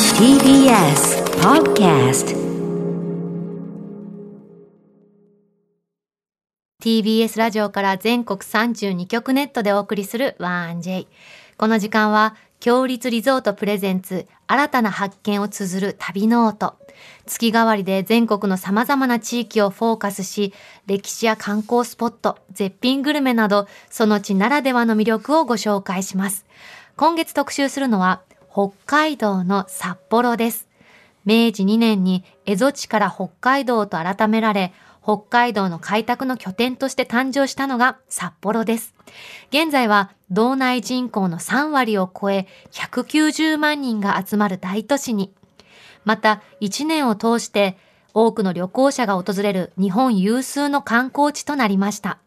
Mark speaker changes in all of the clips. Speaker 1: TBS Podcast
Speaker 2: TBS ラジオから全国32局ネットでお送りする 1J この時間は強立リゾートプレゼンツ新たな発見を綴る旅ノート月替わりで全国のさまざまな地域をフォーカスし歴史や観光スポット絶品グルメなどその地ならではの魅力をご紹介します今月特集するのは北海道の札幌です明治2年に蝦夷地から北海道と改められ、北海道の開拓の拠点として誕生したのが札幌です。現在は道内人口の3割を超え、190万人が集まる大都市に。また、1年を通して多くの旅行者が訪れる日本有数の観光地となりました。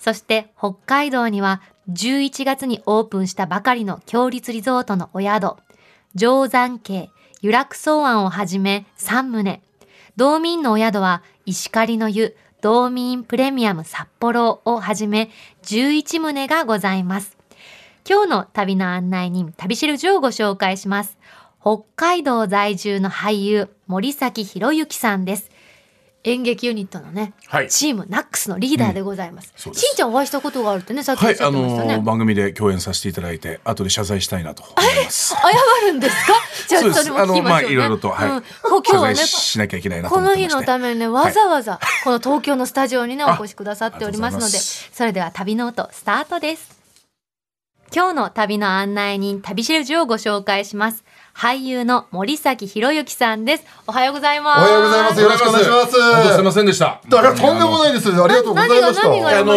Speaker 2: そして北海道には11月にオープンしたばかりの強立リゾートのお宿、定山渓、由楽草庵をはじめ3棟。道民のお宿は石狩の湯、道民プレミアム札幌をはじめ11棟がございます。今日の旅の案内人、旅しるじをご紹介します。北海道在住の俳優、森崎博之さんです。演劇ユニットのね、
Speaker 3: はい
Speaker 2: チームナックスのリーダーでございます。
Speaker 3: うんそうです
Speaker 2: しんちゃんお会いしたことがあるってね、さっきお
Speaker 3: は
Speaker 2: っ
Speaker 3: い、
Speaker 2: しゃ
Speaker 3: あ
Speaker 2: ってましたね。
Speaker 3: の番組で共演させていただいて、後で謝罪したいなと思います。
Speaker 2: 謝るんですかじゃあ
Speaker 3: そうで
Speaker 2: それ
Speaker 3: す。
Speaker 2: も
Speaker 3: あ
Speaker 2: 聞き
Speaker 3: の、
Speaker 2: ま
Speaker 3: まあ、
Speaker 2: しょうね。
Speaker 3: いろいろと、はい。
Speaker 2: うんこう
Speaker 3: 謝
Speaker 2: 今日はね
Speaker 3: 罪、しなきゃいけないなと
Speaker 2: こ
Speaker 3: 思っ
Speaker 2: の
Speaker 3: て
Speaker 2: 日
Speaker 3: まして。
Speaker 2: のためにね、
Speaker 3: はい
Speaker 2: わざわざ この東京のスタジオにね、お
Speaker 3: あ
Speaker 2: 越しくださっておりますの
Speaker 3: ありがとうご
Speaker 2: で、
Speaker 3: ざいます
Speaker 2: それでは旅ノートスタートです。今日の旅の案内人、旅しるじをご紹介します。俳優の森崎博之さんです。おはようございま
Speaker 4: お
Speaker 2: す。
Speaker 4: はようございます。よろしくお願いします。
Speaker 3: 本当すみま
Speaker 4: せ
Speaker 3: せんでした。
Speaker 4: だからとんでもないです。ありがとうございました。
Speaker 2: な何が何が
Speaker 5: あの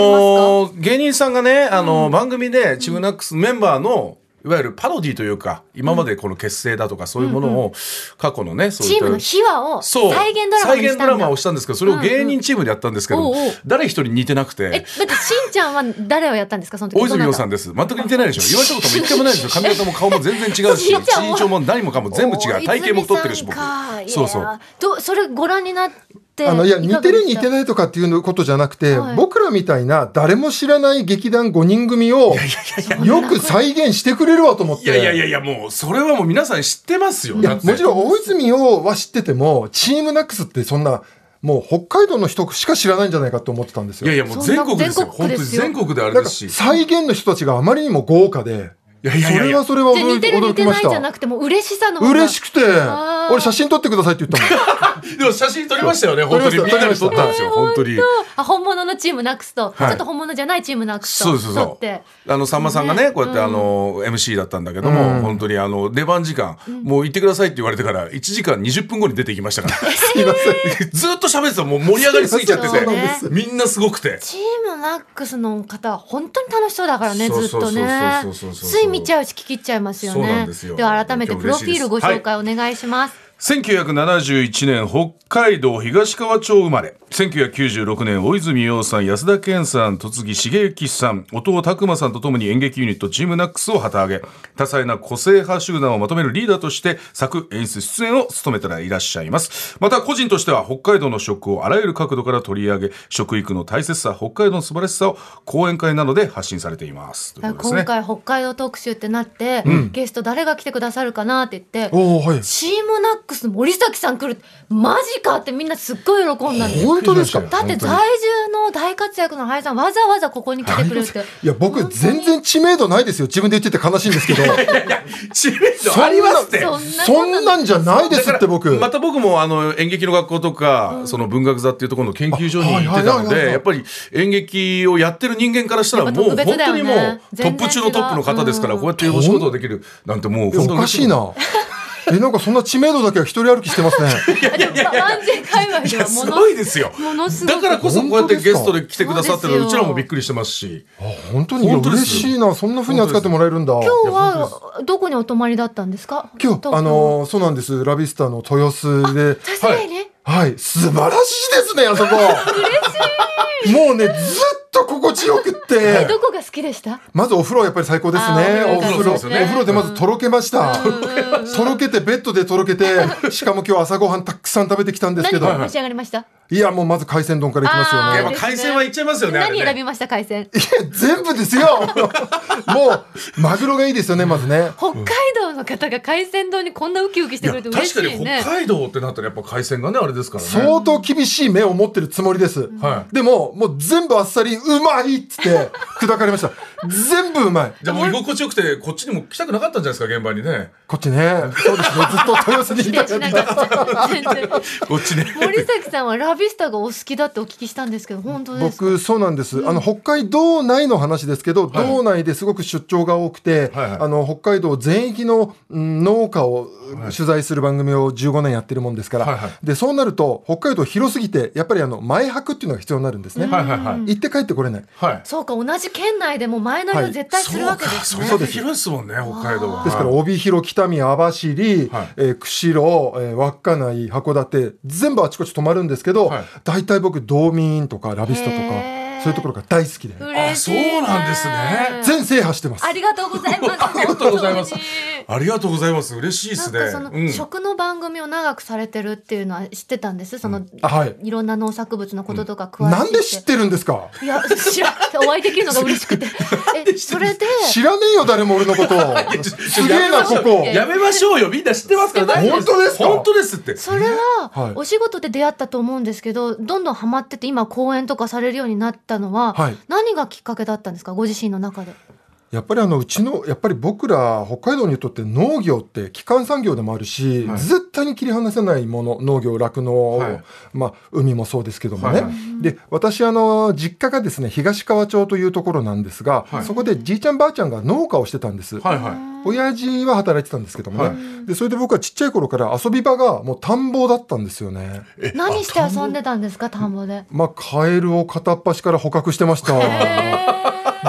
Speaker 5: ー芸人さんがね、あのー番組でチグナックスメンバーの、いわゆるパロディというか、今までこの結成だとかそういうものを、過去のね、そうい
Speaker 2: チ
Speaker 5: っ
Speaker 2: ームの
Speaker 5: た。
Speaker 2: 秘話を
Speaker 5: そう
Speaker 2: 再現ドラマに
Speaker 5: 再
Speaker 2: し
Speaker 5: 現ド
Speaker 2: た
Speaker 5: ラ
Speaker 2: んだ
Speaker 5: マを。したんですけどそれを芸人チームでやったんですけど、
Speaker 2: うんうんおうおう
Speaker 5: 誰一人似てなく
Speaker 2: え、だっててしんちゃんは誰をやったんですかその時。
Speaker 5: 大泉洋さ
Speaker 2: ん。
Speaker 5: んです全く似てないでしょ言われたことも言ってもないでしょ髪型も顔も全然違うし
Speaker 2: しんちゃんは
Speaker 5: 身長も何もかも全部違う体型も太ってるし僕
Speaker 2: 大泉さんか
Speaker 5: そうそ
Speaker 2: いや
Speaker 5: う
Speaker 2: どそれご覧になって。
Speaker 4: あのいや
Speaker 2: かが
Speaker 4: 似てる
Speaker 2: でし
Speaker 4: 似
Speaker 2: た
Speaker 4: てないとかっていうことじゃなくて、
Speaker 2: はい
Speaker 4: 僕らみたいな誰も知らない劇団5人組をよく再現してくれるわと思って
Speaker 5: いやいやいやいやもうそれはもう皆さん知ってますよ
Speaker 4: い
Speaker 5: だ
Speaker 4: や
Speaker 5: っ
Speaker 4: も
Speaker 5: て
Speaker 4: ちろん大泉洋は知っててもチームナックスってそんなもう北海道の人しか知らないんじゃないかと思ってたんです
Speaker 5: いや
Speaker 4: よ
Speaker 5: いやもう全国ですよ
Speaker 2: そんな全国
Speaker 5: 本当
Speaker 2: で
Speaker 5: に
Speaker 2: すよ
Speaker 5: 全国であ
Speaker 4: だ
Speaker 5: れ
Speaker 4: か
Speaker 5: で
Speaker 4: ら
Speaker 5: すし
Speaker 4: 再現の人たちがあまりにも豪華で
Speaker 5: いやい
Speaker 4: そ
Speaker 5: やいやい
Speaker 4: れ
Speaker 5: や
Speaker 4: はそれは
Speaker 2: じゃあ
Speaker 4: 驚
Speaker 2: 似
Speaker 4: き
Speaker 2: てる
Speaker 4: 驚
Speaker 2: 似
Speaker 4: き
Speaker 2: て
Speaker 4: ま
Speaker 2: な
Speaker 4: し
Speaker 2: いじゃ
Speaker 4: た
Speaker 2: なくてもう嬉しさの方が
Speaker 4: 嬉しくて
Speaker 2: あー
Speaker 4: 俺写真撮ってくださいって言ったもん
Speaker 5: でも写真撮りましたよね
Speaker 4: 撮
Speaker 5: 本
Speaker 4: り
Speaker 5: 当
Speaker 4: まし
Speaker 5: に
Speaker 4: た
Speaker 5: みんなで撮ったんですよ本当に
Speaker 2: あ本物のチームなくすと、
Speaker 5: はい
Speaker 2: ちょっと本物じゃないチームなくすと
Speaker 5: そうそう
Speaker 2: だっ
Speaker 5: そ
Speaker 2: て
Speaker 5: うあのさんまさんがねこうやってあの MC だったんだけども本当にあの出番時間もう行ってくださいって言われてから1時間20分後に出て行きましたから ずっと喋ってたもう盛り上がりすぎちゃって
Speaker 2: そうなんで
Speaker 5: てみんなすごくて
Speaker 2: チームナックスの方は本当に楽しそうだからね
Speaker 5: そう
Speaker 2: ずっ
Speaker 5: そうそ
Speaker 2: と
Speaker 5: う
Speaker 2: ね
Speaker 5: そうそうそうそう
Speaker 2: つい見ちゃうし聞き入っちゃいますよね
Speaker 5: そうなんですよ
Speaker 2: では改めてプロフィールご紹介お願いします、
Speaker 5: 1971年北海道東川町生まれ1996年大泉洋さん安田顕さん戸次重幸さん音尾拓磨さんとともに演劇ユニットチームナックスを旗揚げ多彩な個性派集団をまとめるリーダーとして作演出出演を務めていらっしゃいますまた個人としては北海道の食をあらゆる角度から取り上げ食育の大切さ北海道の素晴らしさを講演会などで発信されていますということですね
Speaker 2: 今回北海道特集ってなって、ゲスト誰が来てくださるかなって言って
Speaker 4: おおはい
Speaker 2: チームナックスの森崎さん来るマジかってみんなすっごい喜んだんです
Speaker 4: 本当ですか
Speaker 2: だって在住の大活躍の俳優さんわざわざここに来てくれるって
Speaker 4: いや、僕、全然知名度ないですよ。自分で言ってて悲しいんですけど。
Speaker 5: 知名度ありますって
Speaker 2: そんな
Speaker 4: そんなんじゃないですって、僕。
Speaker 5: また僕もあの演劇の学校とか、その文学座っていうところの研究所に行って
Speaker 4: あ
Speaker 5: た
Speaker 4: はいはいはい
Speaker 5: の
Speaker 4: はいはい
Speaker 5: でやっぱり演劇をやってる人間からしたら
Speaker 2: やっぱ
Speaker 5: もう
Speaker 2: 特
Speaker 5: 本
Speaker 2: 別だよ
Speaker 5: 当
Speaker 2: ね
Speaker 5: にもうトップ中のトップの方ですからこうやってお仕事ができるなんてもう
Speaker 4: いや
Speaker 5: 本当
Speaker 4: お
Speaker 5: に
Speaker 4: かしいな。 え、なんかそんな知名度だけは一人歩きしてますね。
Speaker 2: あでも安全界隈で
Speaker 5: い
Speaker 2: は
Speaker 5: や
Speaker 2: も
Speaker 5: す
Speaker 2: の
Speaker 5: ごいですよ
Speaker 2: ものすごく
Speaker 5: だからこそこうやって
Speaker 4: 本当です
Speaker 5: ゲ
Speaker 4: か
Speaker 5: ストで来てくださっ
Speaker 2: そ
Speaker 5: て
Speaker 2: うです
Speaker 5: る
Speaker 2: よ
Speaker 5: うちらもびっくりしてますし
Speaker 4: 本当にいや
Speaker 5: 本当で
Speaker 4: 嬉
Speaker 5: す
Speaker 4: しいな。そんな風に扱ってもらえるんだ。
Speaker 2: 今日はどこにお泊まりだったんですか
Speaker 4: 今
Speaker 2: 東京
Speaker 4: 日、あのー、そうなんです。ラビスタの豊洲で。
Speaker 2: 確かにね、
Speaker 4: はい。素晴らしいですね、あそこ。もうね、ずっと心地よくって。
Speaker 2: どこが好きでした
Speaker 4: まずお風呂やっぱり最高ですね。
Speaker 2: あー
Speaker 4: お
Speaker 2: お
Speaker 4: 風
Speaker 2: 風
Speaker 4: 呂
Speaker 2: 呂
Speaker 4: お
Speaker 2: そう
Speaker 4: 風
Speaker 2: ですよね
Speaker 4: 呂でまずとろけました。 とろけてベッドでとろけて、しかも今日朝ごはんたくさん食べてきたんですけ
Speaker 2: 何
Speaker 4: ど、
Speaker 2: を召し上がりました
Speaker 4: いやもうまず海鮮丼からいきますよ
Speaker 2: あー
Speaker 4: ね
Speaker 5: やっぱ海鮮はいっちゃいますよね。あれ
Speaker 2: 何
Speaker 5: ね
Speaker 2: 選びました海鮮
Speaker 4: 全部ですよもうマグロがいいですよねまずね
Speaker 2: 北海道の方が海鮮丼にこんなウキウキし
Speaker 5: い
Speaker 2: て
Speaker 5: や
Speaker 2: くれて
Speaker 5: 確
Speaker 2: 嬉し
Speaker 5: か
Speaker 2: い
Speaker 5: に
Speaker 2: ね
Speaker 5: 北海道ってなったらやっぱ海鮮がねあれですからね。
Speaker 4: 相当厳しい目を持ってるつもりです、
Speaker 5: は
Speaker 4: でももう全部あっさりうまいっつって砕かれました全部うまい
Speaker 5: じゃあもう居心地よくてこっちにも来たくなかったんじゃないですか現場にね。
Speaker 4: こっちねそうですねずっと豊洲にいた
Speaker 2: いやなんか全然
Speaker 5: こっちね。
Speaker 2: 森崎さんはラビスタがお好きだってお聞きしたんですけど本当ですか
Speaker 4: 僕そうなんです、あの北海道内の話ですけど、道内ですごく出張が多くて、
Speaker 5: はいはい
Speaker 4: あの北海道全域のうん農家を取材する番組を15年やってるもんですから、
Speaker 5: はいは
Speaker 4: でそうなると北海道広すぎてやっぱりあの前泊っていうのが必要になるんですね、
Speaker 5: はいはいはい
Speaker 4: 行って帰ってこれない
Speaker 5: はい。
Speaker 2: そうか同じ県内でも前乗りを絶対するわけですね
Speaker 5: そうかそれだけ広いですもんね北海道は。
Speaker 4: ですから帯広北見網走、
Speaker 5: はい
Speaker 4: えー釧路、えー稚内函館全部あちこち泊まるんですけど、
Speaker 5: はい
Speaker 4: 大体僕道民とかラビスタとか
Speaker 2: へー
Speaker 4: そういうところが大好きで
Speaker 2: 嬉しいね
Speaker 5: あそうなんですね
Speaker 4: 全制覇してます
Speaker 2: ありがとうございます。
Speaker 5: ありがとうございます
Speaker 2: 本
Speaker 5: ありがとうございます嬉しいで
Speaker 2: 当
Speaker 5: す
Speaker 2: に
Speaker 5: ね。
Speaker 2: なんかその、
Speaker 5: うん
Speaker 2: 食の番組を長くされてるっていうのは知ってたんです。その、
Speaker 4: あはい
Speaker 2: いろんな農作物のこととか詳しい
Speaker 4: なんで知ってるんですか
Speaker 2: いや知らなくてお会いできるのが嬉しくて。えそれで
Speaker 4: 知らねえよ誰も俺の ことをすげえなここ
Speaker 5: やめましょうよみんな知ってますから大丈夫
Speaker 4: 本当ですか
Speaker 5: 本当ですって。
Speaker 2: それ
Speaker 4: はい
Speaker 2: はお仕事で出会ったと思うんですけど、どんどんハマってて今講演とかされるようになったのは、
Speaker 4: はい
Speaker 2: 何がきっかけだったんですかご自身の中で。
Speaker 4: やっぱりあのうちのやっぱり僕ら北海道にとって農業って基幹産業でもあるし、
Speaker 5: はい
Speaker 4: 絶対に切り離せないもの農業酪農、
Speaker 5: はい
Speaker 4: まあ海もそうですけどもね、
Speaker 5: はいはい
Speaker 4: で私あの実家がですね東川町というところなんですが、
Speaker 5: はい
Speaker 4: そこでじいちゃんばあちゃんが農家をしてたんです、
Speaker 5: はいは
Speaker 4: 親父は働いてたんですけどもね、
Speaker 5: は
Speaker 4: でそれで僕はちっちゃい頃から遊び場がもう田んぼだったんですよね
Speaker 2: 何して遊んでたんですか田んぼで。
Speaker 4: まあカエルを片っ端から捕獲してました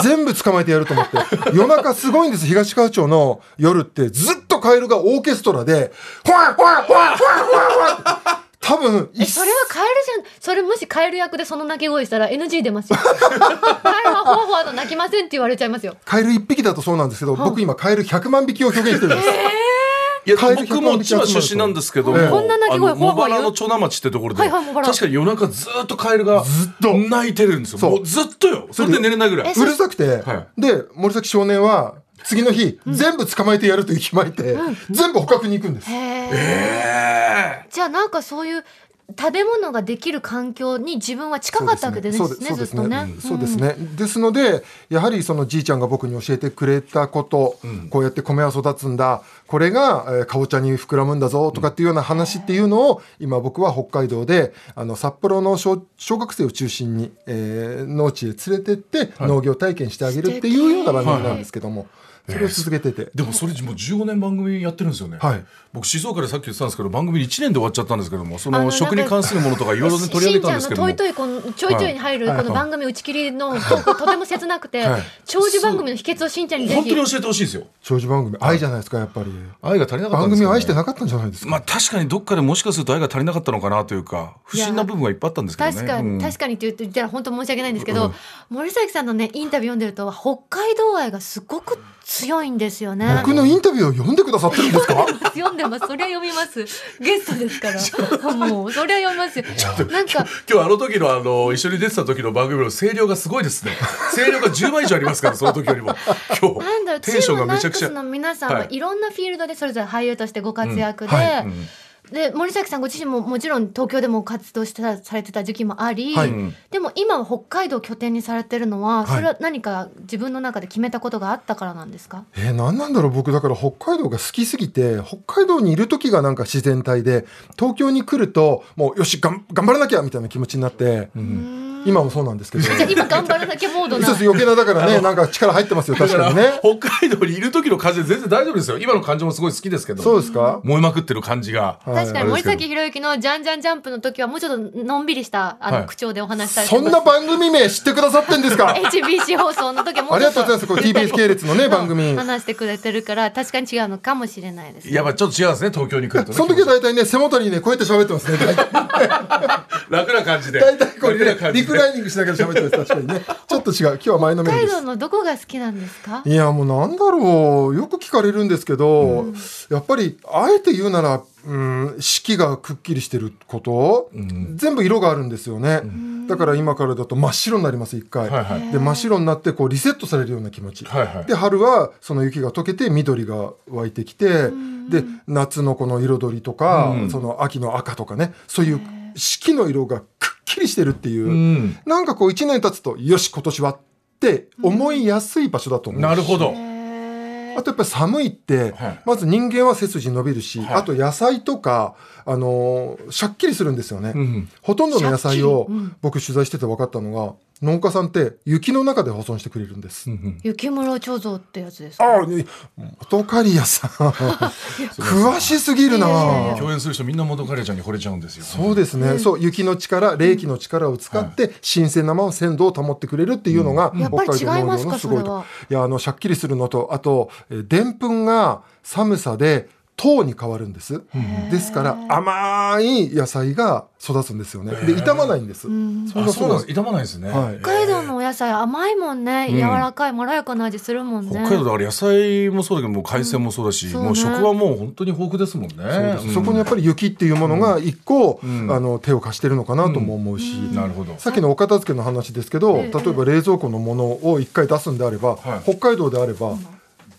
Speaker 4: 全部捕まえてやると思って。夜中すごいんです、東川町の夜って、ずっとカエルがオーケストラで、ほわほわほわほわほわほわって多分、
Speaker 2: え
Speaker 4: 一
Speaker 2: それはカエルじゃんそれもしカエル役でその鳴き声したら NG 出ますよカエルはほわほわと鳴きませんって言われちゃいますよ
Speaker 4: カエル1匹だとそうなんですけど、僕今カエル100万匹を表現してるんです。
Speaker 5: い。いや
Speaker 4: カエル
Speaker 5: 僕も千葉出身なんですけども、
Speaker 4: ええ
Speaker 2: こんな鳴き声
Speaker 5: あの
Speaker 2: ほわ
Speaker 5: 茂
Speaker 2: ほわ言う
Speaker 5: 原の長名町ってところで、
Speaker 2: はいはい茂原
Speaker 5: 確かに夜中ずっとカエルが
Speaker 4: ずっと
Speaker 5: 泣いてるんですよ。
Speaker 4: そう
Speaker 5: もうずっとよ。それで寝れないぐらい。
Speaker 4: うるさくて、
Speaker 5: は
Speaker 4: で、森崎少年は、次の日、全部捕まえてやるという決まりで、全部捕獲に行くんです。
Speaker 2: じゃあなんかそういう食べ物ができる環境に自分は近かったわけです
Speaker 4: そ
Speaker 2: ね
Speaker 4: うですね
Speaker 2: ずっとね、
Speaker 4: そうですね、ですのでやはりそのじいちゃんが僕に教えてくれたこと、こうやって米は育つんだこれが、えーかぼちゃに膨らむんだぞとかっていうような話っていうのを今僕は北海道であの札幌の小小学生を中心に、えー農地へ連れてって農業体験してあげるっていうような番組なんですけども、それを続けてて。
Speaker 5: でもそれもう15年番組やってるんですよね、
Speaker 4: はい
Speaker 5: 僕静岡でさっき言ってたんですけど番組1年で終わっちゃったんですけどもそ
Speaker 2: あの
Speaker 5: の食に関するものとかいろいろね取り上げたんですけども
Speaker 2: しんちゃんのトイトイこのちょいちょいに入るこの番組打ち切りのトークとても切なくて、
Speaker 4: はい
Speaker 2: 長寿番組の秘訣をしんちゃんにぜ
Speaker 5: 本当
Speaker 2: ひ
Speaker 5: に教えてほしいんですよ
Speaker 4: 長寿番組愛じゃないですかやっぱり
Speaker 5: 愛が足りなかったんで
Speaker 4: 番
Speaker 5: すけ
Speaker 4: 組
Speaker 5: どね
Speaker 4: を愛してなかったんじゃないですか、
Speaker 5: まあ確かにどっかでもしかすると愛が足りなかったのかなというか不審な部分がいっぱいあったんですけどね
Speaker 2: 確かに、
Speaker 5: うん
Speaker 2: 確かにって言って言ったら本当申し訳ないんですけど、森崎さんのねインタビュー読んでると北海道愛がすごく強いんですよね。
Speaker 4: 僕のインタビューを読んでくださってるんですか
Speaker 2: 読んでます。それは読みます。ゲストです から。もうそれは読みますよ。なんか
Speaker 5: 今日あの時のあの一緒に出てた時の番組の声量がすごいですね声量が10倍以上ありますか らその時よりも今
Speaker 2: なんだろう
Speaker 5: 日
Speaker 2: チ
Speaker 5: テンシ
Speaker 2: ー
Speaker 5: ョン
Speaker 2: ム
Speaker 5: が
Speaker 2: ナ
Speaker 5: めち
Speaker 2: ッ
Speaker 5: ゃ
Speaker 2: ク
Speaker 5: くちゃ
Speaker 2: スの皆さんは
Speaker 5: はい
Speaker 2: いろんなフィールドでそれぞれ俳優としてご活躍で、
Speaker 4: うんはい
Speaker 2: で森崎さんご自身ももちろん東京でも活動してたされてた時期もあり、
Speaker 4: はい
Speaker 2: でも今は北海道を拠点にされてるのはそれは何か自分の中で決めたことがあったからなん ですか、
Speaker 4: えー、何なんだろう僕だから北海道が好きすぎて北海道にいる時がなんか自然体で東京に来るともうよしがん頑張らなきゃみたいな気持ちになって、今もそうなん ですけど
Speaker 2: じゃあ今頑張らなきゃモードな
Speaker 4: そうです余計なだからねなんか力入ってますよ確かにね
Speaker 5: 北海道にいる時の感じで全然大丈夫ですよ今の感じもすごい好きですけど
Speaker 4: そうですか
Speaker 5: 燃えまくってる感じが
Speaker 2: 確かに森
Speaker 5: あれで
Speaker 2: 崎
Speaker 5: すけど
Speaker 2: 博之の「ジャンジャンジャンプ」の時はもうちょっとのんびりしたあ
Speaker 5: は
Speaker 2: の
Speaker 5: い
Speaker 2: 口調でお話しされて
Speaker 4: そ
Speaker 2: まし
Speaker 4: ん
Speaker 2: た
Speaker 4: な番組名知ってくださってんですか
Speaker 2: HBC 放送の時はも
Speaker 4: あ
Speaker 2: う
Speaker 4: り
Speaker 2: ちょ
Speaker 4: が
Speaker 2: っと
Speaker 4: とうござい ますこれ TBS 系列のね番組
Speaker 2: 話してくれてるから確かに違うのかもしれないですね
Speaker 5: やっぱちょっと違うんですね東京に来るとね
Speaker 4: その時は大体ね背もたれにねこうやって喋ってますね大体
Speaker 5: 楽な感じで
Speaker 4: 大 体これね
Speaker 5: 楽な感じ
Speaker 4: リ
Speaker 5: で
Speaker 4: クライニングしながら喋ってます確かにねちょっと違う今日は前のめ
Speaker 2: 北
Speaker 4: り
Speaker 2: 海
Speaker 4: です
Speaker 2: 道のどこが好きなんですか
Speaker 4: いやもうなんだろうよく聞かれるんですけど、やっぱりあえて言うならうん四季がくっきりしてること、全部色があるんですよね、だから今からだと真っ白になります一回、
Speaker 5: はいはい
Speaker 4: で真っ白になってこうリセットされるような気持ち、
Speaker 5: はいはい
Speaker 4: で春はその雪が溶けて緑が湧いてきてで夏のこの彩りとか、その秋の赤とかねそういう四季の色がくっきりしてるっていう、
Speaker 5: ん
Speaker 4: なんかこう1年経つとよし今年はって思いやすい場所だと思うし
Speaker 5: なるほど。
Speaker 4: あとやっぱり寒いって、
Speaker 5: はい
Speaker 4: まず人間は背筋伸びるし、あと野菜とか、あのーしゃっきりするんですよね、
Speaker 5: ん
Speaker 4: ほとんどの野菜
Speaker 2: しゃっ
Speaker 4: を
Speaker 2: きりうん
Speaker 4: 僕取材してて分かったのが農家さんって雪の中で保存してくれるんです、
Speaker 2: 雪室貯蔵ってやつですか
Speaker 4: ああね元カリアさん 詳しすぎるな、
Speaker 5: 共演する人みんな元カレちゃんに惚れちゃうんですよ。
Speaker 4: そうですね、そう雪の力冷気の力を使って新鮮なまま鮮度を保ってくれるっていうのが、
Speaker 2: やっぱり
Speaker 4: 北
Speaker 2: 違
Speaker 4: 海道農
Speaker 2: います
Speaker 4: 業
Speaker 2: か
Speaker 4: のすごい
Speaker 2: それ
Speaker 4: と
Speaker 2: はい
Speaker 4: やあのしゃっきりするのとあとえーでんぷんが寒さで糖に変わるんです、ですから甘い野菜が育つんですよねで傷まないんです、それ
Speaker 5: あ
Speaker 4: が
Speaker 5: そうなんです。
Speaker 4: す
Speaker 5: 痛まないですね。
Speaker 4: はい
Speaker 2: 北海道のお野菜甘いもんね、柔らかいまろやかな味するもんね
Speaker 5: 北海道だから野菜もそうだけどもう海鮮もそうだし、
Speaker 2: そうね
Speaker 5: もう食はもう本当に豊富ですもんね。
Speaker 4: そうですそこにやっぱり雪っていうものが一個、あの手を貸してるのかなとも思うし、
Speaker 5: うんなるほど。
Speaker 4: さっきのお片付けの話ですけど、
Speaker 2: ええ
Speaker 4: 例えば冷蔵庫のものを一回出すんであれ
Speaker 5: は
Speaker 4: ば、
Speaker 5: い
Speaker 4: 北海道であれば、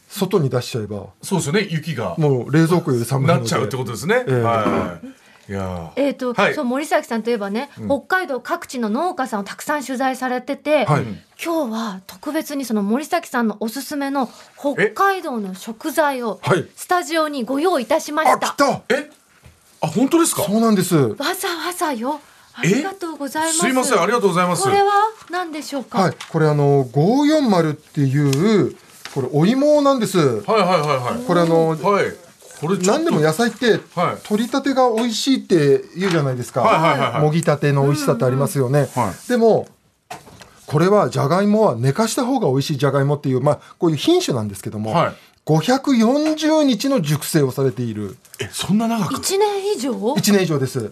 Speaker 4: 外に出しちゃえば、
Speaker 5: そうですよね。雪が
Speaker 4: もう冷蔵庫より寒いの
Speaker 5: な
Speaker 4: で。
Speaker 5: っちゃうってことですね。
Speaker 4: ええ
Speaker 5: はい。いやー。
Speaker 2: えーと
Speaker 5: はい
Speaker 2: そう森崎さんといえばね、北海道各地の農家さんをたくさん取材されてて、
Speaker 4: はい
Speaker 2: 今日は特別にその森崎さんのおすすめの北海道の食材を
Speaker 4: はい
Speaker 2: スタジオにご用意いたしま
Speaker 4: あ、
Speaker 2: し
Speaker 4: 来
Speaker 2: た。
Speaker 4: た
Speaker 5: え、あ本当ですか。
Speaker 4: そうなんです。
Speaker 2: わざわざよあ
Speaker 5: え
Speaker 2: りがとうございます。
Speaker 5: すいませんありがとうございます
Speaker 2: これは何でしょうか。
Speaker 4: はい。これあの、540っていう、これお芋なんです。
Speaker 5: はいはいはいはい。
Speaker 4: これあの、
Speaker 5: はい。これちょっと
Speaker 4: 何でも野菜って
Speaker 5: はい、
Speaker 4: 取りたてが美味しいって言うじゃないです
Speaker 5: はいはいはいは
Speaker 4: か。
Speaker 5: い
Speaker 4: もぎたての美味しさってありますよね
Speaker 5: は。
Speaker 4: でも、これはじゃがいもは寝かした方が美味しいじゃがいもっていう、まあ、こういう品種なんですけども
Speaker 5: はい、
Speaker 4: 540日の熟成をされている。
Speaker 5: えそんな長く。
Speaker 2: 一年以上。
Speaker 4: 1年以上です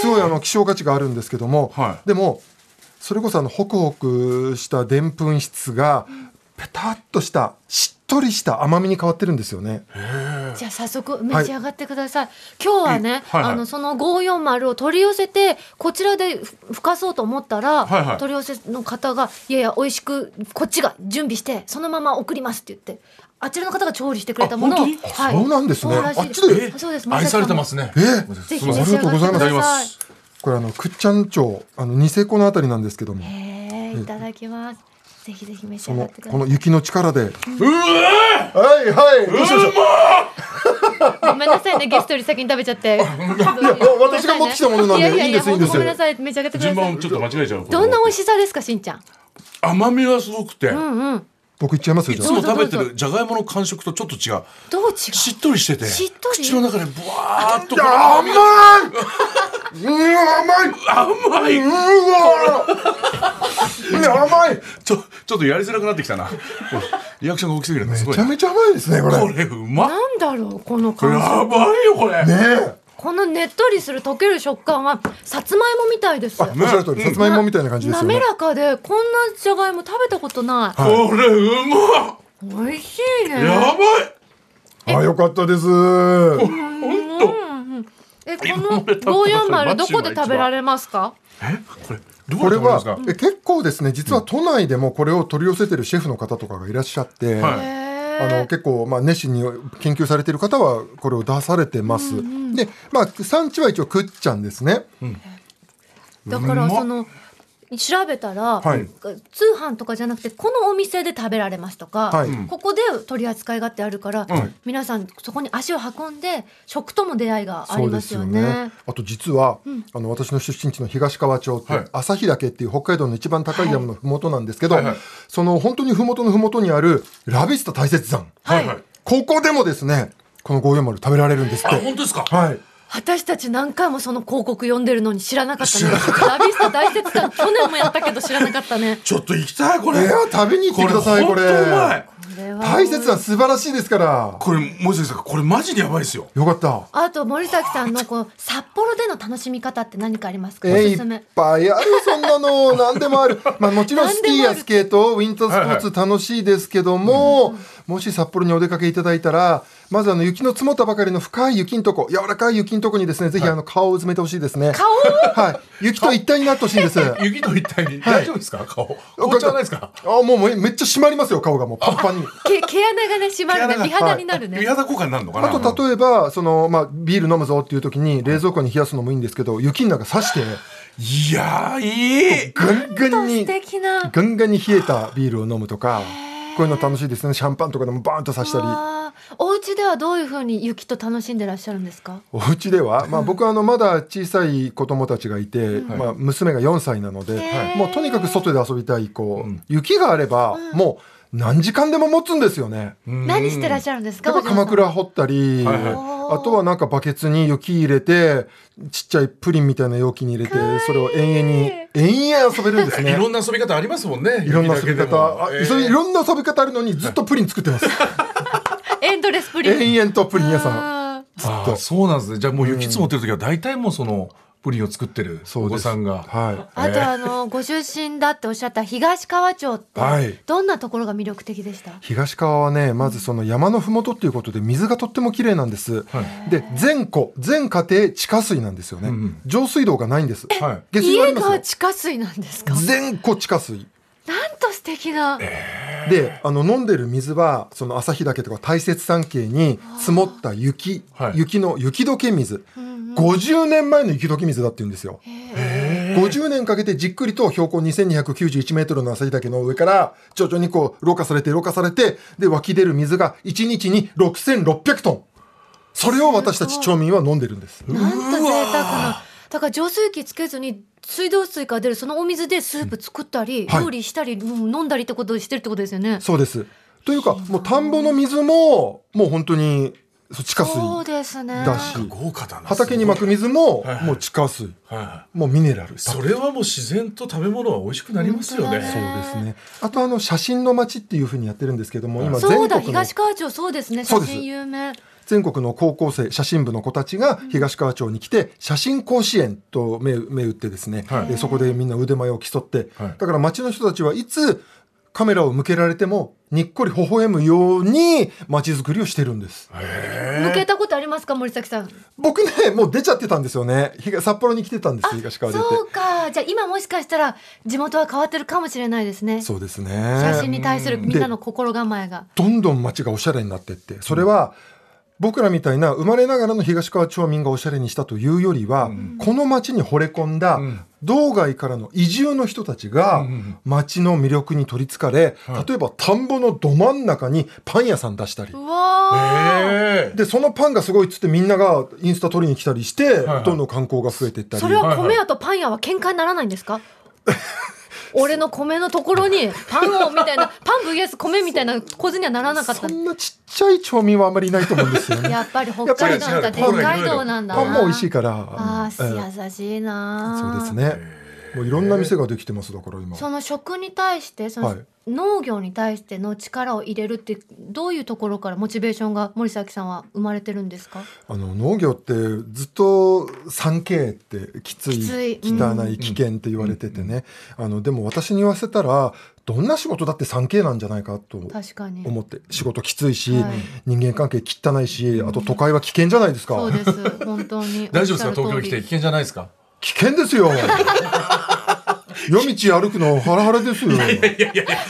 Speaker 4: すごいあの希少価値があるんですけども、
Speaker 5: はい
Speaker 4: でもそれこそあのホクホクしたでんぷん質がペタッとしたしっとりした甘みに変わってるんですよね
Speaker 2: じゃあ早速召し上がってください。今日はね、
Speaker 5: はいはい
Speaker 2: あのその540を取り寄せてこちらでふふかそうと思ったら、
Speaker 5: はいはい
Speaker 2: 取り寄せの方がいやいや美味しくこっちが準備してそのまま送りますって言って。あちらの方が調理してくれたものを、
Speaker 5: あ本当に
Speaker 2: はい
Speaker 4: そうなんですね
Speaker 2: そうらしい
Speaker 4: あっちで
Speaker 5: え
Speaker 2: そうです。
Speaker 5: 愛されてますね。
Speaker 4: え
Speaker 2: ぜひ
Speaker 5: すい
Speaker 2: 召
Speaker 5: ま
Speaker 2: し
Speaker 5: せん
Speaker 2: 上がって
Speaker 5: い
Speaker 2: く
Speaker 5: ただ
Speaker 2: だ
Speaker 5: きま
Speaker 2: さい。
Speaker 5: す。
Speaker 4: これあのくっちゃん町あのニセコのあたりなんですけども
Speaker 2: えーいただきます。ぜひぜひ召し
Speaker 4: こ
Speaker 2: 上がっ
Speaker 4: の
Speaker 2: てくだ
Speaker 4: こ
Speaker 2: さ
Speaker 4: の雪の力ではいう
Speaker 5: わー
Speaker 4: はいどうしました
Speaker 2: い。ごめんなさいね、ゲストより先に食べちゃって。
Speaker 4: 私が持ってきたものなん
Speaker 2: い
Speaker 4: で
Speaker 2: やいやいや
Speaker 4: いいんですいいんです
Speaker 2: ごめんなさい、召し上がってくだ
Speaker 5: 順
Speaker 2: さ
Speaker 5: 番
Speaker 2: い
Speaker 5: を。ちょっと間違えちゃう。
Speaker 2: どんな美味しさですか、しんちゃん。
Speaker 5: 甘みがすごくて、
Speaker 2: うんうん。
Speaker 4: 僕いっちゃいます
Speaker 5: い
Speaker 4: よ
Speaker 5: つ
Speaker 4: じゃ
Speaker 5: も食べて
Speaker 2: どうぞどうぞ
Speaker 5: るじゃがいもの感触とちょっと違う。
Speaker 2: どう違う。
Speaker 5: しっとりしてて、
Speaker 2: しっとり
Speaker 5: 口の中でブワーっとこの甘
Speaker 4: あ甘
Speaker 5: み
Speaker 4: い
Speaker 5: が
Speaker 4: うん甘
Speaker 5: 甘
Speaker 4: い
Speaker 5: い。
Speaker 4: うわーね甘い
Speaker 5: ちょちょっとやりづらくなってきたな。リアクションが大きすぎるね。すご
Speaker 4: め
Speaker 5: い
Speaker 4: ち
Speaker 5: な。
Speaker 4: ゃめちゃ甘いですねこれ
Speaker 5: こ
Speaker 4: ね
Speaker 5: れうまっ。
Speaker 2: なんだろうこの感
Speaker 5: や
Speaker 2: 触
Speaker 5: ばいよこれ。
Speaker 4: え
Speaker 2: このねっとりする溶ける食感はさつまいもみたいです
Speaker 4: おっしゃる通り、さつまいもみたいな感じですよね
Speaker 2: 滑。らかでこんなじゃがいも食べたことない、
Speaker 5: これうまっ。
Speaker 2: 美味しいね
Speaker 5: やばい。
Speaker 4: あ、よかったです。は
Speaker 2: えこの540どこで食べられますか
Speaker 5: えこれど
Speaker 4: こ
Speaker 5: う
Speaker 4: れ
Speaker 5: で食べます
Speaker 4: は
Speaker 5: か。、
Speaker 4: え結構ですね、実は都内でもこれを取り寄せてるシェフの方とかがいらっしゃって、
Speaker 5: はい
Speaker 2: へ
Speaker 4: あの
Speaker 2: え
Speaker 4: 結構、まあ、熱心に研究されてる方はこれを出されてます。で、まあ、産地は一応くっちゃんですね。
Speaker 2: だからその調べたら、
Speaker 4: はい
Speaker 2: 通販とかじゃなくてこのお店で食べられますとか、
Speaker 4: はい
Speaker 2: ここで取り扱いがあってあるから、皆さんそこに足を運んで食とも出会いがありますよ
Speaker 4: そうです
Speaker 2: ね。
Speaker 4: あと実は、あの私の出身地の東川町って、
Speaker 5: はい
Speaker 4: 旭岳っていう北海道の一番高い山のふもとなんですけど、
Speaker 5: はいはいはい
Speaker 4: その本当にふもとのふもとにあるラビスタ大雪山、
Speaker 5: はいはい。
Speaker 4: ここでもですね、この540食べられるんですっ
Speaker 5: あ
Speaker 4: て。
Speaker 5: 本当ですか。
Speaker 4: はい。
Speaker 2: 私たち何回もその広告読んでるのに知らなかったね。ラビスタ大雪さん去年もやったけど知らなかったね。
Speaker 5: ちょっと行きたいこ
Speaker 4: い
Speaker 5: れ。
Speaker 4: や、食べに行ってください、これ。
Speaker 5: 本当うまい。
Speaker 4: 大切な素晴らしいですから。
Speaker 5: これ森崎さんこれマジでやばいですよ。
Speaker 4: よかった。
Speaker 2: あと森崎さんのこう札幌での楽しみ方って何かありますか。
Speaker 4: え
Speaker 2: お
Speaker 4: ー、
Speaker 2: す
Speaker 4: い
Speaker 2: すめ
Speaker 4: っ。ぱいあるそんなの 何でもある、まあ、もちろんスキーやスケートウィンタースポーツ楽しいですけども、もし札幌にお出かけいただいたら、まずあの雪の積もったばかりの深い雪んとこ、柔らかい雪んとこにですね、ぜひあの顔を埋めてほしいですね。
Speaker 2: 顔
Speaker 4: はい。雪と一体になってほしいんです。
Speaker 5: 雪と一体に大丈夫ですか、顔紅茶はないですか
Speaker 4: あ、もうめめっちゃ締まりますよ、顔がもうパンパンに。
Speaker 2: け毛 穴がね締まるね美肌になるね、
Speaker 5: 美肌効果になるのかな
Speaker 4: あと例えば、その、まあ、ビール飲むぞっていう時に冷蔵庫に冷やすのもいいんですけど、雪の中刺して、
Speaker 5: いやーいい
Speaker 4: ガンガン
Speaker 2: 素
Speaker 4: に、
Speaker 2: 敵な
Speaker 4: ガンガンに冷えたビールを飲むとか、こういうの楽しいですね。シャンパンとかでもバーンと刺したり。
Speaker 2: あーお家ではどういうふうに雪と楽しんでらっしゃるんですか
Speaker 4: お家では、 まあ、僕はあのまだ小さい子供たちがいて、まあ、娘が4歳なので、
Speaker 2: へー
Speaker 4: もうとにかく外で遊びたい子、雪があれば、もう何時間でも持つんですよね。
Speaker 2: 何してらっしゃるんですか
Speaker 4: やっぱ
Speaker 2: お嬢さん
Speaker 4: 鎌倉掘ったり、
Speaker 5: はいはい
Speaker 4: あとはなんかバケツに雪入れてちっちゃいプリンみたいな容器に入れてそれを延々に延々遊べるんです
Speaker 5: い
Speaker 4: ね
Speaker 5: ろんな遊び方ありますもんね
Speaker 4: いろんな遊び
Speaker 5: 雪だけでも
Speaker 4: 方あそれいろんな遊び方あるのにずっとプリン作ってます
Speaker 2: エンドレスプリン
Speaker 4: 延々とプリン屋さん
Speaker 2: あー
Speaker 5: あーそうなんですねじゃあもう雪積もってる時は大体もうそのプリンを作ってる
Speaker 4: そ
Speaker 5: お
Speaker 4: うで
Speaker 5: 子
Speaker 4: す
Speaker 5: さんが
Speaker 4: は
Speaker 2: あとあのご出身だっておっしゃった東川町って、
Speaker 4: はい
Speaker 2: どんなところが魅力的でした
Speaker 4: い東川はねまずその山の麓っていうことで水がとっても綺麗なんです、で全戸全家庭地下水なんですよね、上水道がないんです、
Speaker 5: はい
Speaker 4: 下水はあ
Speaker 2: 家
Speaker 4: ります
Speaker 2: が
Speaker 4: よ
Speaker 2: 地下水なんですか
Speaker 4: 全戸地下水
Speaker 2: なんと素敵な、
Speaker 4: であの飲んでる水はその旭岳とか大雪山系に積もった雪、
Speaker 5: はい
Speaker 4: 雪の雪解け水、50年前の雪解け水だって言うんですよ、50年かけてじっくりと標高2291メートルの旭岳の上から徐々にこうろ過されてろ過されてで湧き出る水が1日に6600トンそれを私たち町民は飲んでるんです
Speaker 2: なんと贅沢なだから浄水器つけずに水道水から出るそのお水でスープ作ったり、
Speaker 4: はい
Speaker 2: 料理したり、うん飲んだりってことをしてるってことですよね
Speaker 4: そうですというかもう田んぼの水ももう本当にそう地下水
Speaker 2: そうですね
Speaker 4: だし
Speaker 5: 豪華だな
Speaker 4: 畑にまく水ももう地下水
Speaker 5: はいはい
Speaker 4: もうミネラル
Speaker 5: それはもう自然と食べ物は美味しくなりますよね
Speaker 2: 本当だ
Speaker 4: そ
Speaker 2: ね
Speaker 4: うですね。あとあの写真の街っていうふうにやってるんですけども、今全
Speaker 2: そう
Speaker 4: 国
Speaker 2: だ
Speaker 4: の
Speaker 2: 東川町そうですね写
Speaker 4: そうです
Speaker 2: 真有名
Speaker 4: 全国の高校生写真部の子たちが東川町に来て写真甲子園と目目打ってですね、
Speaker 5: はい
Speaker 4: えそこでみんな腕前を競って、
Speaker 5: はい
Speaker 4: だから街の人たちはいつカメラを向けられてもにっこり微笑むように街づくりをしてるんです。
Speaker 2: 抜けたことありますか森崎さん
Speaker 4: 僕ねもう出ちゃってたんですよね。ひが札幌に来てたんです東川出て。
Speaker 2: そうかじゃあ今もしかしたら地元は変わってるかもしれないですね
Speaker 4: そうですね。
Speaker 2: 写真に対するみんなの心構えが
Speaker 4: どんどん街がおしゃれになってってそれは僕らみたいな生まれながらの東川町民がおしゃれにしたというよりは、この街に惚れ込んだ道外からの移住の人たちが街の魅力に取りつかれ、例えば田んぼのど真ん中にパン屋さん出したり
Speaker 2: う。わー
Speaker 5: ええ
Speaker 4: でそのパンがすごいっつってみんながインスタ撮りに来たりして、
Speaker 5: はい
Speaker 4: どんどん観光が増えていったり
Speaker 2: それは米屋とパン屋は喧嘩にならないんですか俺の米のところにパンをみたいなパン VS 米みたいな構図にはならなかった
Speaker 4: そんなちっちゃい町民はあまりいないと思うんですよね
Speaker 2: やっぱり北海道なんだ
Speaker 5: やっぱり違う
Speaker 2: 北海道なんだ
Speaker 4: パンも美味しい
Speaker 2: か
Speaker 4: から
Speaker 2: あ
Speaker 4: ええ
Speaker 2: ー優しいな
Speaker 4: そうですねもういろんな店ができてますだから今
Speaker 2: その食に対してその、
Speaker 4: はい
Speaker 2: 農業に対しての力を入れるってどういうところからモチベーションが森崎さんは生まれてるんですか
Speaker 4: あの農業ってずっと 3K ってきつ
Speaker 2: き
Speaker 4: い
Speaker 2: つい
Speaker 4: 汚い危険って言われててね、あのでも私に言わせたらどんな仕事だって 3K なんじゃないかと
Speaker 2: 確かに
Speaker 4: 思って仕事きついし、
Speaker 2: はい
Speaker 4: 人間関係汚いしあと都会は危険じゃないですか
Speaker 2: そうです本当に
Speaker 5: 大丈夫ですか東
Speaker 2: おっしゃる通
Speaker 5: 京
Speaker 2: り
Speaker 5: 来て危険じゃないですか
Speaker 4: 危険で すよ夜道歩くのハラハラで すよ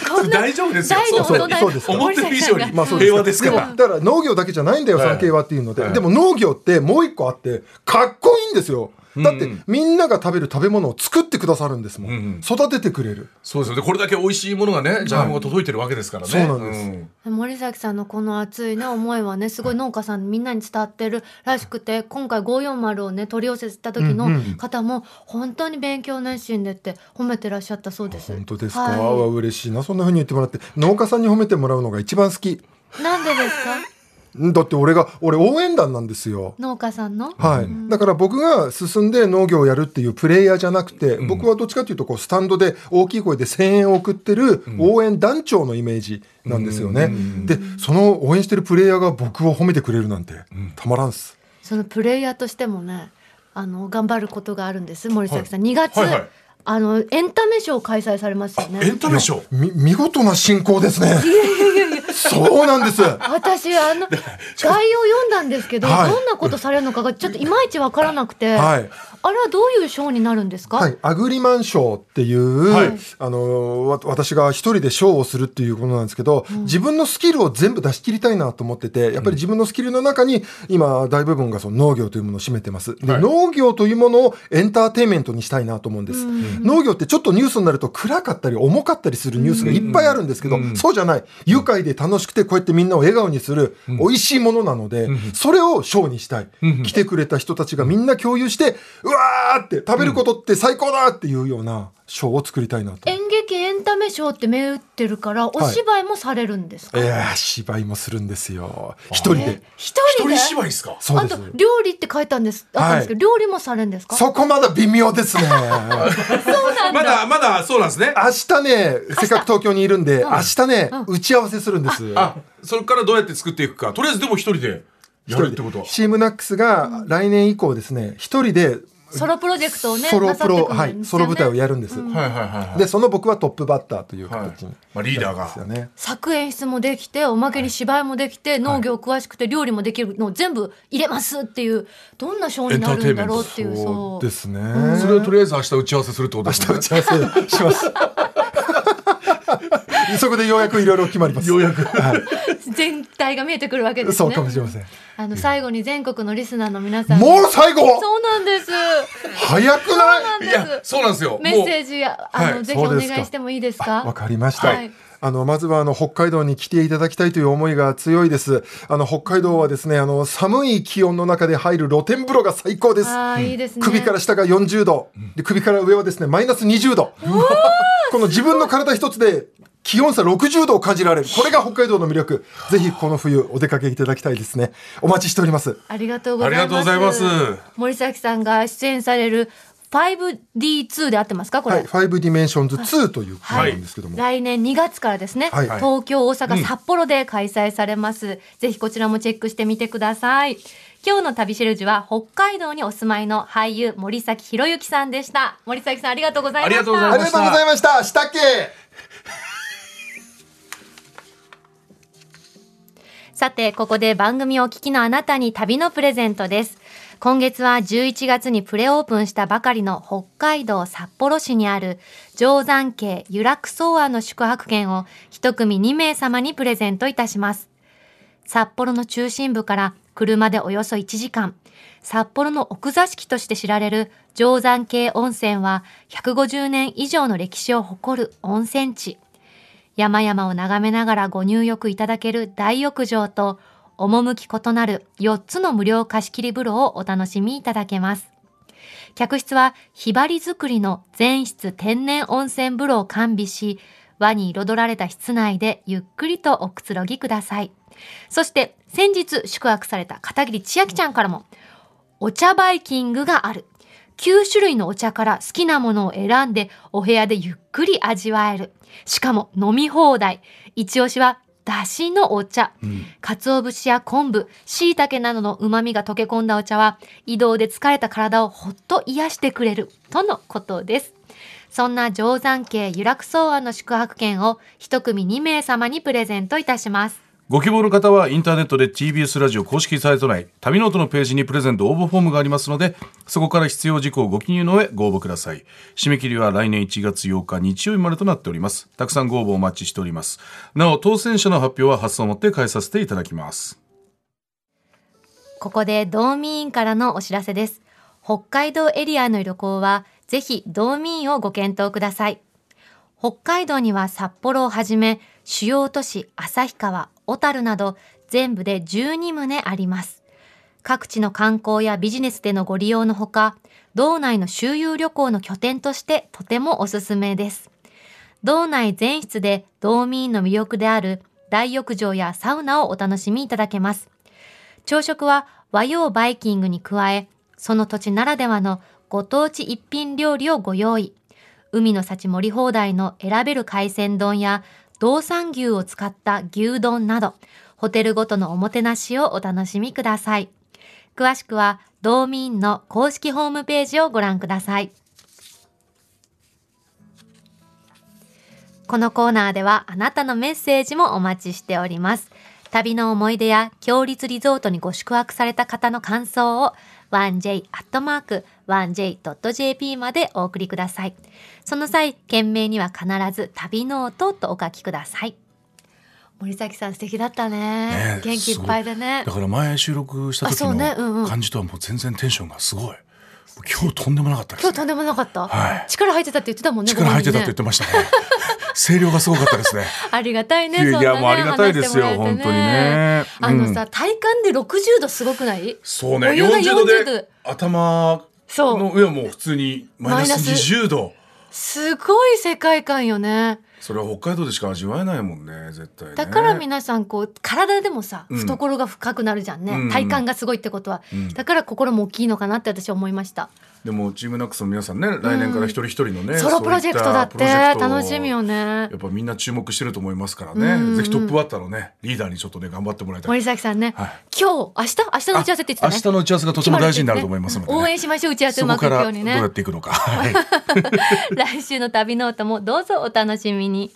Speaker 2: こんな
Speaker 5: 大丈夫ですよ
Speaker 2: 大の大人
Speaker 4: そうです
Speaker 5: 思ってる以上に
Speaker 2: まあ
Speaker 4: そうです
Speaker 5: 平和ですから
Speaker 4: だから農業だけじゃないんだよ、
Speaker 5: はい
Speaker 4: 3K はっていうので、
Speaker 5: はい
Speaker 4: でも農業ってもう一個あってかっこいいんですよだってみんなが食べる食べ物を作ってくださるんですもん、
Speaker 5: うん
Speaker 4: 育ててくれる
Speaker 5: そうですよねこれだけ美味しいものがねジャムが届いてるわけですからね
Speaker 4: そうなんです
Speaker 5: ん
Speaker 2: 森崎さんのこの熱いね思いはねすごい農家さんみんなに伝わってるらしくて今回540をね取り寄せた時の方も本当に勉強熱心でって褒めてらっしゃったそうです
Speaker 4: 本当ですか、
Speaker 2: は
Speaker 4: わあ嬉しいなそんな風に言ってもらって農家さんに褒めてもらうのが一番好き
Speaker 2: い、なんでですか
Speaker 4: んだって俺が俺応援団なんですよ
Speaker 2: 農家さんの
Speaker 4: はい、だから僕が進んで農業をやるっていうプレイヤーじゃなくて、僕はどっちかというとこうスタンドで大きい声で声援を送ってる応援団長のイメージなんですよね、でその応援してるプレイヤーが僕を褒めてくれるなんてたまらんっす、
Speaker 2: そのプレイヤーとしてもねあの頑張ることがあるんです森崎さん、2月、
Speaker 5: はいはい
Speaker 2: あのエンタメショーを開催されますよね
Speaker 5: エンタメショー
Speaker 4: み見事な進行ですねそうなんです
Speaker 2: 私あ の概要読んだんですけど、
Speaker 4: はい
Speaker 2: どんなことされるのかがちょっといまいちわからなくて、
Speaker 4: はい
Speaker 2: あれはどういう賞になるんですか、
Speaker 4: はい、アグリマン賞っていう、
Speaker 5: はい
Speaker 4: あのわ私が一人で賞をするっていうことなんですけど、自分のスキルを全部出し切りたいなと思っててやっぱり自分のスキルの中に今大部分がその農業というものを占めてますで、
Speaker 5: はい
Speaker 4: 農業というものをエンターテインメントにしたいなと思うんです、農業ってちょっとニュースになると暗かったり重かったりするニュースがいっぱいあるんですけど、そうじゃない愉快で楽しくてこうやってみんなを笑顔にする美味しいものなので、それを賞にしたい、来てくれた人たちがみんな共有してうわーって食べることって最高だっていうような賞を作りたいなと。
Speaker 2: 演劇エンタメ賞って銘打ってるからお芝居もされるんですか、
Speaker 4: いやー芝居もするんですよ一人で
Speaker 2: 一人
Speaker 3: 一
Speaker 2: で
Speaker 3: 人芝居ですか
Speaker 4: そう
Speaker 2: あ
Speaker 4: で
Speaker 2: と
Speaker 4: す
Speaker 2: 料理って書いたんですあったんですけど、料理もされるんですか
Speaker 4: そこまだ微妙ですね
Speaker 5: まだまだそうなんですね。
Speaker 4: 明日ねせっかく東京にいるんで明日ね打ち合わせするんです
Speaker 5: あ、それからどうやって作っていくか。とりあえずでも一人でやるってことは。
Speaker 4: チームナックスが来年以降ですね一人で
Speaker 2: ソロプロジェクトをね
Speaker 4: ソロプロ、
Speaker 2: なさ
Speaker 4: は
Speaker 2: っていくん
Speaker 4: い
Speaker 2: です
Speaker 4: ソ
Speaker 2: よね
Speaker 4: ロ舞台をやるんです、
Speaker 5: はいはいはいはい。
Speaker 4: でその僕はトップバッターという
Speaker 5: はい
Speaker 4: 形に、
Speaker 5: まあリーダーが
Speaker 4: ですよね
Speaker 2: 作演出もできておまけに芝居もできて、農業詳しくて料理もできるのを全部入れますっていうどんな賞になるんだろうっていう
Speaker 4: そ
Speaker 2: そうう
Speaker 4: ですね、
Speaker 5: それをとりあえず明日打ち合わせするってことですね。
Speaker 4: 打ち合わせします そこでようやくいろいろ決まりますようやく、は
Speaker 2: 全体が見えてくるわけ
Speaker 4: い、
Speaker 2: です
Speaker 4: そう
Speaker 2: ね
Speaker 4: かもしれません、
Speaker 2: あの最後に全国のリスナーの皆さんに
Speaker 4: もう最後
Speaker 2: そうなんです
Speaker 4: 早く
Speaker 2: そう
Speaker 4: な
Speaker 2: ないん
Speaker 5: い
Speaker 2: です
Speaker 5: や、そうなんですよ。
Speaker 2: メッ
Speaker 5: も
Speaker 2: セ
Speaker 5: う
Speaker 2: ージあ
Speaker 5: はい
Speaker 2: あの、ぜひお
Speaker 4: そう
Speaker 2: 願い
Speaker 4: ですか
Speaker 2: してもいいですか
Speaker 4: わかりました、
Speaker 2: はい
Speaker 4: あのまずはあの北海道に来ていただきたいという思いが強いですあの北海道はですねあの寒い気温の中で入る露天風呂が最高です
Speaker 2: あーいいですね
Speaker 4: 首から下が40度、で首から上はですねマイナス20度この自分の体一つで気温差60度を感じられるこれが北海道の魅力ぜひこの冬お出かけいただきたいですねお待ちしております
Speaker 2: ありがとうございます。
Speaker 5: ありがとうございます
Speaker 2: 森崎さんが出演される 5D2 で合ってますかこれ。
Speaker 4: はい、5ディメンションズ2ということなんですけども、
Speaker 2: 来年2月からですね、
Speaker 4: はい
Speaker 2: 東京、大阪、札幌で開催されます、ぜひこちらもチェックしてみてください。今日の旅シェルジュは北海道にお住まいの俳優森崎博之さんでした。森崎さんありがとうございました。
Speaker 5: ありがとうござい
Speaker 4: あ
Speaker 5: ま
Speaker 4: り
Speaker 5: し
Speaker 4: が
Speaker 5: た
Speaker 4: とうございましたしたけ
Speaker 2: さて、ここで番組をお聞きのあなたに旅のプレゼントです。今月は11月にプレオープンしたばかりの北海道札幌市にある定山渓由楽草庵の宿泊券を一組2名様にプレゼントいたします。札幌の中心部から車でおよそ1時間、札幌の奥座敷として知られる定山渓温泉は150年以上の歴史を誇る温泉地。山々を眺めながらご入浴いただける大浴場と、趣異なる4つの無料貸し切り風呂をお楽しみいただけます。客室はひばり作りの全室天然温泉風呂を完備し、和に彩られた室内でゆっくりとおくつろぎください。そして先日宿泊された片桐千秋ちゃんからも、お茶バイキングがある。9種類のお茶から好きなものを選んでお部屋でゆっくり味わえる。しかも飲み放題。一押しはだしのお茶。鰹節や昆布、椎茸などの旨味が溶け込んだお茶は移動で疲れた体をほっと癒してくれる。とのことです。そんな定山渓由楽草庵の宿泊券を一組2名様にプレゼントいたします。
Speaker 5: ご希望の方はインターネットで TBS ラジオ公式サイト内、旅ノートのページにプレゼント応募フォームがありますので、そこから必要事項をご記入の上ご応募ください。締め切りは来年1月8日日曜日までとなっております。たくさんご応募お待ちしております。なお、当選者の発表は発送をもって返させていただきます。
Speaker 2: ここで道民委員からのお知らせです。北海道エリアの旅行は、ぜひ道民員をご検討ください。北海道には札幌をはじめ、主要都市旭川、小樽など、全部で12棟あります。各地の観光やビジネスでのご利用のほか、道内の周遊旅行の拠点としてとてもおすすめです。道内全室で道民員の魅力である大浴場やサウナをお楽しみいただけます。朝食は和洋バイキングに加え、その土地ならではのご当地一品料理をご用意。海の幸盛り放題の選べる海鮮丼や、道産牛を使った牛丼など、ホテルごとのおもてなしをお楽しみください。詳しくは、道民の公式ホームページをご覧ください。このコーナーではあなたのメッセージもお待ちしております。旅の思い出や強立リゾートにご宿泊された方の感想を 1j.1j.jp までお送りください。その際、件名には必ず旅ノートとお書きください。森崎さん素敵だったね。
Speaker 3: ね
Speaker 2: 元気いっぱいでね
Speaker 3: だ。から前収録した時
Speaker 2: あそうねうんうん
Speaker 3: の感じとはもう全然テンションがすごい。今日とんでもなかったです、
Speaker 2: 今
Speaker 3: ね。
Speaker 2: 日とんでもなかった、
Speaker 3: はい
Speaker 2: 力入ってたって言ってたもんね。
Speaker 3: 力入ってたって言
Speaker 2: ご
Speaker 3: ってました ね。声量がすごかったですね。
Speaker 2: 本人ねありがたいね。
Speaker 5: いやい
Speaker 2: そん
Speaker 5: や
Speaker 2: なね
Speaker 5: もうありがたいですよ
Speaker 2: 話してもらえて
Speaker 5: 本当にね
Speaker 2: あのさ、体感で60度すごくない？
Speaker 5: そうね
Speaker 2: お湯が
Speaker 5: 40度
Speaker 2: 40度
Speaker 5: で頭
Speaker 2: そう
Speaker 5: の上はもう普通にマイナス
Speaker 2: マイナス
Speaker 5: 20度
Speaker 2: すごい世界観よね。
Speaker 5: それは北海道でしか味わえないもんね絶対ね
Speaker 2: だから皆さんこう体でもさ
Speaker 5: うん
Speaker 2: 懐が深くなるじゃんね、
Speaker 5: うん
Speaker 2: 体感がすごいってことは、
Speaker 5: ん
Speaker 2: だから心も大きいのかなって私思いました、
Speaker 5: でもチームナックスの皆さんね来年から一人一人のね、
Speaker 2: ソロプロジェクトだっ
Speaker 5: そう
Speaker 2: て
Speaker 5: いたプロジェクトを
Speaker 2: 楽しみよね
Speaker 5: やっぱみんな注目してると思いますからね、
Speaker 2: うん
Speaker 5: ぜひトップバッターのねリーダーにちょっとね頑張ってもらいたい
Speaker 2: 森崎さんね、
Speaker 5: はい
Speaker 2: 今日明日明日の打ち合わせって言ってたね
Speaker 3: 明日の打ち合わせがとても大事になると思いますので、ね。
Speaker 2: 応援しましょう打ち合わせう
Speaker 3: そ
Speaker 2: ま
Speaker 3: こ
Speaker 2: くい
Speaker 3: か
Speaker 2: くよ
Speaker 3: ら
Speaker 2: う
Speaker 3: ど
Speaker 2: に
Speaker 3: う
Speaker 2: ね
Speaker 3: やっていくのか。はい
Speaker 2: 来週の旅ノートもどうぞお楽しみに